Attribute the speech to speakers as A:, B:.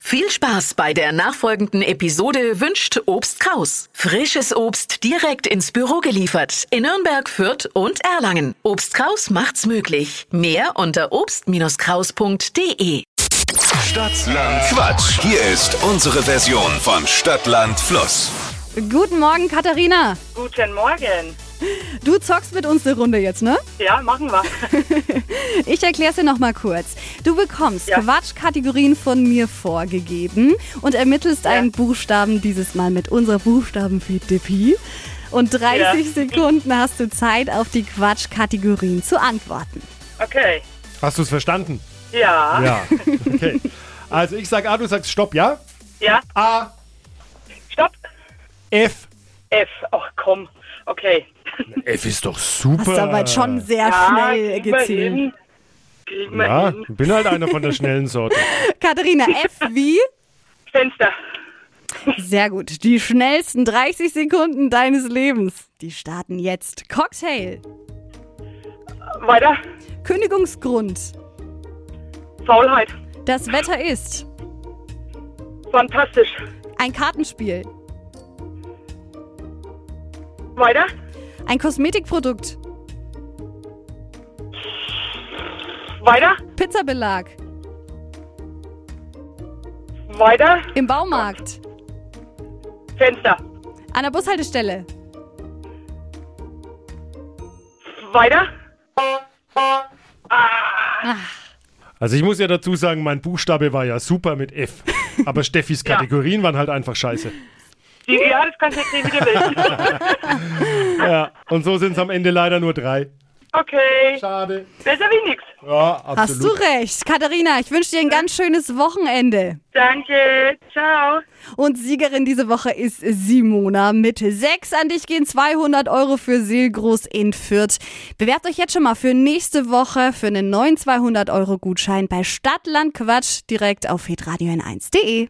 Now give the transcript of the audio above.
A: Viel Spaß bei der nachfolgenden Episode wünscht Obst Kraus. Frisches Obst direkt ins Büro geliefert in Nürnberg, Fürth und Erlangen. Obst Kraus macht's möglich. Mehr unter obst-kraus.de.
B: Stadtland Quatsch. Hier ist unsere Version von Stadtland Fluss.
C: Guten Morgen, Katharina.
D: Guten Morgen.
C: Du zockst mit uns eine Runde jetzt, ne?
D: Ja, machen wir.
C: Ich erkläre es dir nochmal kurz. Du bekommst
D: Ja.
C: Quatschkategorien von mir vorgegeben und ermittelst einen Buchstaben, dieses Mal mit unserer Buchstabenfete Pi. Und 30
D: Ja.
C: Sekunden hast du Zeit, auf die Quatschkategorien zu antworten.
D: Okay.
E: Hast du es verstanden?
D: Ja.
E: Ja. Okay. Also ich sag A, du sagst Stopp, ja?
D: Ja.
E: A,
D: Stopp.
E: F.
D: F. Ach komm. Okay.
E: F ist doch
C: Hast du
E: super.
C: aber jetzt schon sehr
D: Ah,
C: schnell
D: kriegen wir
C: gezählt.
D: hin. Kriegen wir
E: Ja,
D: hin.
E: bin halt einer von der schnellen Sorte.
C: Katharina, F wie?
D: Fenster.
C: Sehr gut. Die schnellsten 30 Sekunden deines Lebens. Die starten jetzt. Cocktail.
D: Weiter.
C: Kündigungsgrund.
D: Faulheit.
C: Das Wetter ist
D: Fantastisch.
C: ein Kartenspiel,
D: Weiter.
C: ein Kosmetikprodukt,
D: Weiter.
C: Pizzabelag,
D: Weiter.
C: im Baumarkt,
D: Fenster.
C: an der Bushaltestelle.
D: Weiter.
E: Also ich muss ja dazu sagen, mein Buchstabe war ja super mit F. Aber Steffis Kategorien waren halt einfach scheiße.
D: Die, ja, das kannst du jetzt sehen, wie du willst.
E: Ja, und so sind es am Ende leider nur drei.
D: Okay.
E: Schade.
D: Besser wie nix.
E: Ja,
C: Hast
E: absolut.
C: du recht. Katharina, ich wünsche dir ein ganz schönes Wochenende.
D: Danke. Ciao.
C: Und Siegerin diese Woche ist Simona mit 6. An dich gehen 200 Euro für Seelgroß in Fürth. Bewerbt euch jetzt schon mal für nächste Woche für einen neuen 200 Euro Gutschein bei Stadtlandquatsch direkt auf hitradio n1.de.